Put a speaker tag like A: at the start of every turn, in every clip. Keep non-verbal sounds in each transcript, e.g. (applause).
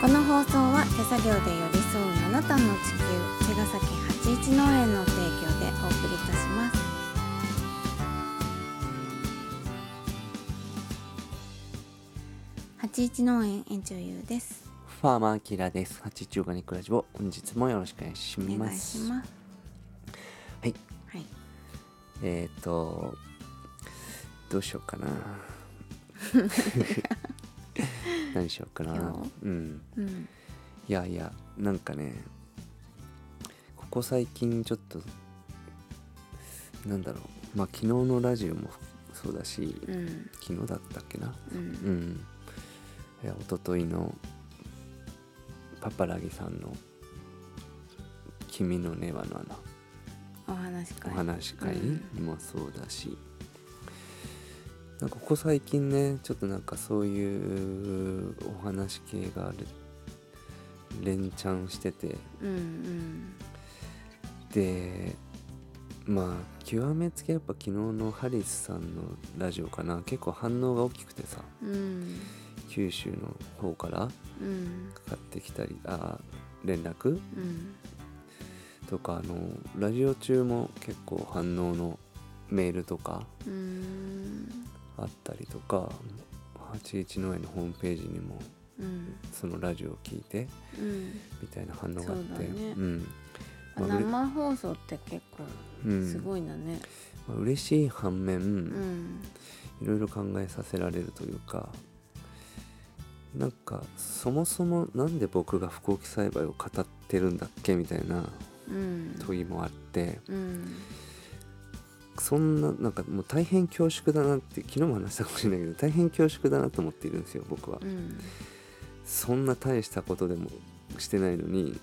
A: この放送は手作業で寄り添うあなたの地球茅ヶ崎八一農園の提供でお送りいたします八一農園園長ゆうです
B: ファーマーキラーです。八中華肉ラジオ、本日もよろしくお願いし
A: お願い
B: ま
A: し
B: す。
A: ます
B: はい、
A: はい
B: えっ、ー、と、どうしよう
A: (laughs)
B: かな。何しようかな
A: 今。
B: うん。
A: うん
B: いやいや、なんかね、ここ最近ちょっと、なんだろう、まあ昨日のラジオもそうだし、
A: うん
B: 昨日だったっけな。
A: う
B: うんん。いや一昨日のパパラギさんの「君の根はの穴」
A: お話か
B: お
A: い
B: 話し会
A: う
B: もそうだし、なんかここ最近ねちょっとなんかそういうお話系がれ連チャンしてて
A: うん
B: でまあ極めつけやっぱ昨日のハリスさんのラジオかな結構反応が大きくてさ
A: うんうん
B: 九州の方から
A: うん
B: かかってきたりあ連絡
A: うん
B: とかあのラジオ中も結構反応のメールとか
A: うん
B: あったりとか81農園のホームページにも
A: うん
B: そのラジオを聞いて
A: うん
B: みたいな反応があって
A: そうだね
B: んまあうれ
A: 生放送って結構
B: うん
A: すごいんだね
B: まあ嬉しい反
A: う
B: 面、
A: ん
B: いろいろ考えさせられるというかなんかそもそもなんで僕が不幸期栽培を語ってるんだっけみたいな
A: うん
B: 問いもあって。
A: うん
B: そんななんかもう大変恐縮だなって昨日も話したかもしれないけど大変恐縮だなと思っているんですよ僕は、
A: うん
B: そんな大したことでもしてないの
A: (laughs)
B: に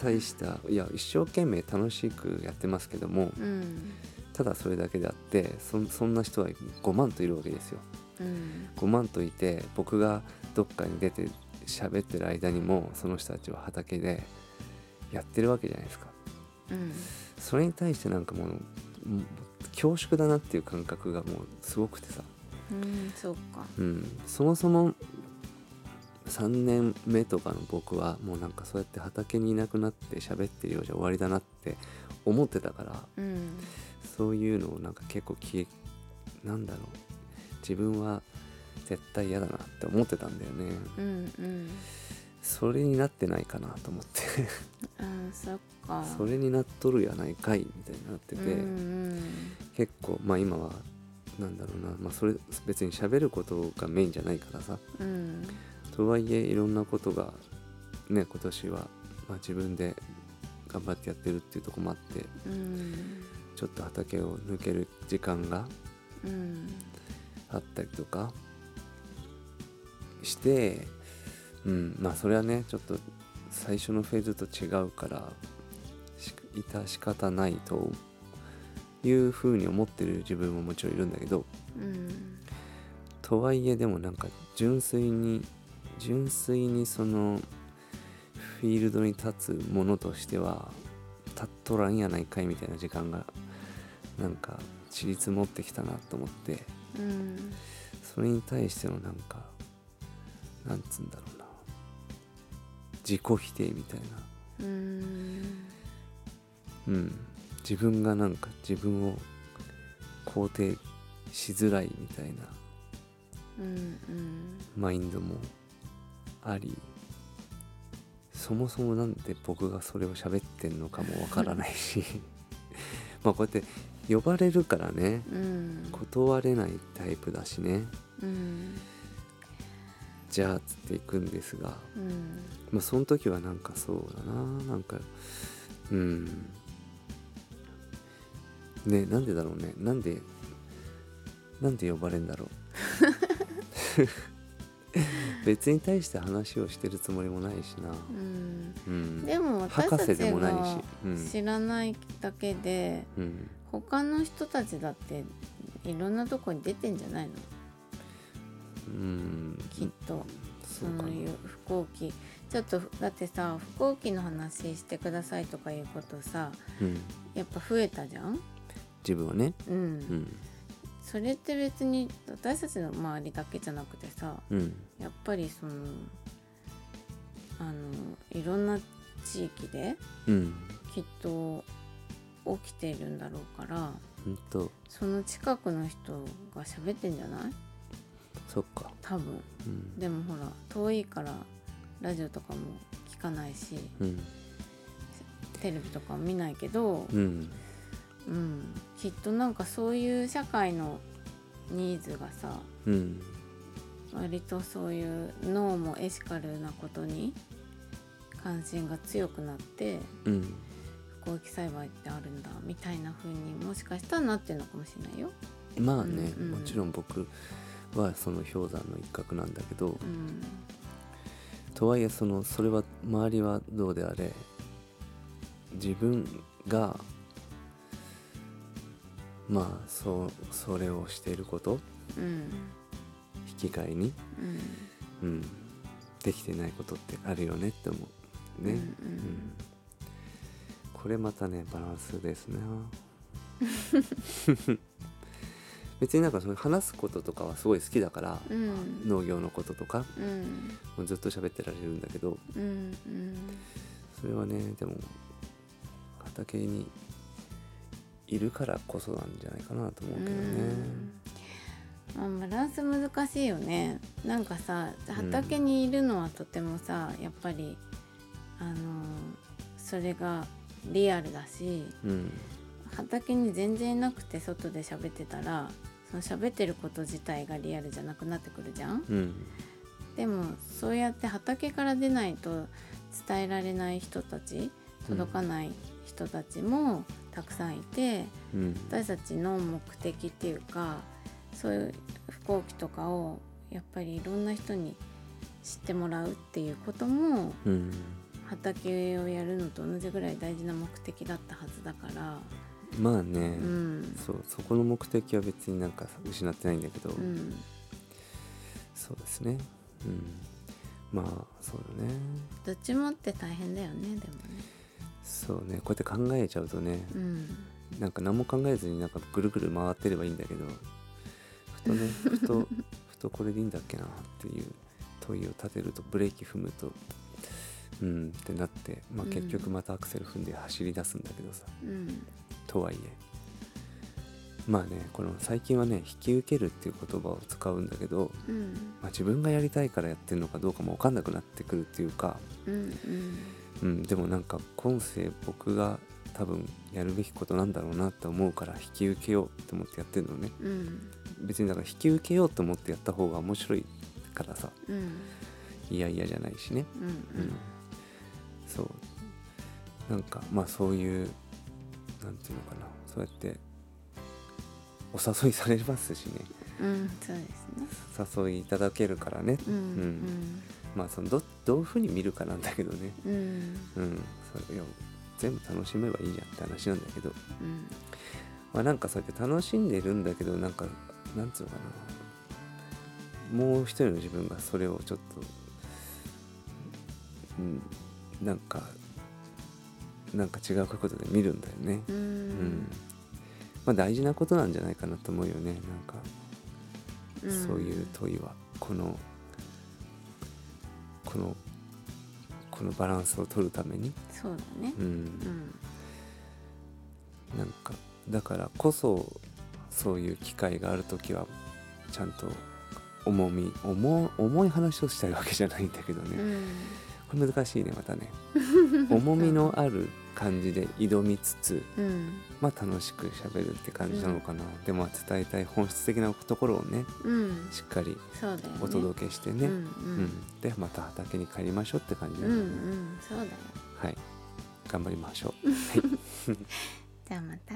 B: 大したいや一生懸命楽しくやってますけども
A: うん
B: ただそれだけであってそんそんな人は5万といるわけですよ
A: うん
B: 5万といて僕がどっかに出て喋ってる間にもその人たちは畑でやってるわけじゃないですか
A: うん
B: それに対してなんかもうもう恐縮だなっていう感覚がもうすごくてさ、
A: うんそうか
B: うん、そもそも3年目とかの僕はもうなんかそうやって畑にいなくなって喋ってるようじゃ終わりだなって思ってたから
A: うん
B: そういうのをなんか結構消えなんだろう自分は絶対嫌だなって思ってたんだよね
A: うんうん
B: それになってないかなと思って
A: あそっか
B: それになっとるやないかいみたいになってて。
A: うん
B: 結構まあ今はなんだろうな、まあ、それ別に喋ることがメインじゃないからさ
A: うんうん
B: とはいえいろんなことがね今年は、まあ、自分で頑張ってやってるっていうとこもあって
A: うん
B: ちょっと畑を抜ける時間が
A: うん
B: あったりとかしてうんまあそれはねちょっと最初のフェーズと違うからし致し方ないというふうに思ってる自分ももちろんいるんだけど
A: うん
B: とはいえでもなんか純粋に純粋にそのフィールドに立つものとしては立っとらんやないかいみたいな時間がなんか散り積もってきたなと思って
A: うん
B: それに対してのなんかなんつうんだろうな自己否定みたいな
A: うん
B: うん自分がなんか自分を肯定しづらいみたいな
A: うんうん
B: マインドもありそもそもなんで僕がそれを喋ってんのかもわからないし (laughs) まあこうやって呼ばれるからね
A: うん
B: 断れないタイプだしね
A: うん
B: じゃあつっていくんですが
A: うん
B: まあその時はなんかそうだななんかうんねなんでだろうねなんでなんで呼ばれんだろう (laughs) 別に対して話をしてるつもりもないしな、
A: うん
B: うん、
A: でも私た
B: 博士
A: ち
B: でもない
A: が
B: し、
A: 知らないだけで
B: うんうん、
A: 他の人たちだっていろんなとこに出てんじゃないの
B: うん、
A: きっと
B: そ
A: そう
B: かな
A: いう不幸期ちょっとだってさ不幸期の話してくださいとかいうことさ
B: うん、
A: やっぱ増えたじゃん
B: 自分はね、
A: うん、
B: うん
A: それって別に私たちの周りだけじゃなくてさ
B: うん
A: やっぱりそのあのいろんな地域で
B: うん
A: きっと起きているんだろうから
B: ほんと
A: その近くの人が喋ってんじゃない
B: そっか
A: 多分
B: うん
A: でもほら遠いからラジオとかも聞かないし
B: うん
A: テレビとかも見ないけど、
B: うん
A: うん、きっとなんかそういう社会のニーズがさ
B: うん
A: 割とそういう脳もエシカルなことに関心が強くなって
B: うん
A: 不公益栽培ってあるんだみたいな風にもしかしたらなってるのかもしれないよ。
B: まあね、
A: うんうん
B: もちろん僕はその氷山の一角なんだけ
A: う
B: ど
A: ん、
B: とはいえそのそれは周りはどうであれ自分がまあそうそれをしていること
A: うん、
B: 引き換えに、
A: うん、
B: うん、できてないことってあるよねって思うね、
A: うん
B: うこれまたねバランスで
A: (laughs)
B: すね別になんかその話すこととかはすごい好きだから、
A: うん、うん、
B: 農業のこととか
A: うん、
B: もうずっと喋ってられるんだけど
A: うん、うん、
B: それはねでも畑にいるからこそなんじゃないかなと思うけどね
A: まあバランス難しいよねなんかさ畑にいるのはとてもさ、やっぱりあのそれがリアルだし
B: うん
A: 畑に全然いなくて外で喋ってたらその喋ってること自体がリアルじゃなくなってくるじゃん
B: うん
A: でもそうやって畑から出ないと伝えられない人たち届かない人たちもたくさんいて、
B: うん
A: 私たちの目的っていうかそういう不幸期とかをやっぱりいろんな人に知ってもらうっていうことも
B: うん
A: 畑をやるのと同じぐらい大事な目的だったはずだから
B: まあね、
A: うん
B: そうそこの目的は別になんか失ってないんだけど、
A: うん
B: そうですねうんまあそうだね
A: どっちもって大変だよねでもね
B: そうねこうやって考えちゃうとね
A: うん
B: なんか何も考えずになんかぐるぐる回ってればいいんだけどふとねふ
A: (laughs)
B: とふとこれでいいんだっけなっていう問いを立てるとブレーキ踏むとうんってなって、まあ、
A: うん
B: 結局またアクセル踏んで走り出すんだけどさ、
A: うん
B: とはいえまあねこの最近はね引き受けるっていう言葉を使うんだけど、
A: うん
B: まあ、自分がやりたいからやってるのかどうかも分かんなくなってくるっていうか、
A: うん
B: うん、でもなんか今世僕が多分やるべきことなんだろうなって思うから引き受けようと思ってやってるのね
A: うんうん
B: 別にだから引き受けようと思ってやった方が面白いからさ
A: うん
B: 嫌々じゃないしね、
A: うん
B: うん、そうなんかまあそういうなんていうのかなそうやってお誘いされますしね
A: うんそうですね
B: 誘いいただけるからね
A: うん
B: まあそのどどういうふうに見るかなんだけどね
A: うんうん
B: うんそれを全部楽しめばいいじゃんって話なんだけど
A: うん
B: まあなんかそうやって楽しんでるんだけどなんかなんつうのかなもう一人の自分がそれをちょっとうんなんかなんか違う角度で見るんだよね
A: う
B: うん、
A: ん
B: まあ大事なことなんじゃないかなと思うよねなんか
A: ん
B: そういう問いはこのこのこのバランスを取るために
A: そうだね
B: うん
A: うん
B: なんかだからこそそういう機会がある時はちゃんと重み重重い話をしたいわけじゃないんだけど
A: う
B: ね、
A: ん
B: これ難しいねま
A: (laughs)
B: たね重みのある感じで挑みつつ
A: うん
B: まあ楽しく喋るって感じなのかな、でも伝えたい本質的なところをね
A: うん
B: しっかり
A: そうだよね
B: お届けしてね、
A: うん
B: うんでまた畑に帰りましょうって感じ
A: うんう
B: なん
A: ん
B: だ
A: う
B: よね、
A: んそうだよ
B: はい頑張りましょう
A: じゃあまた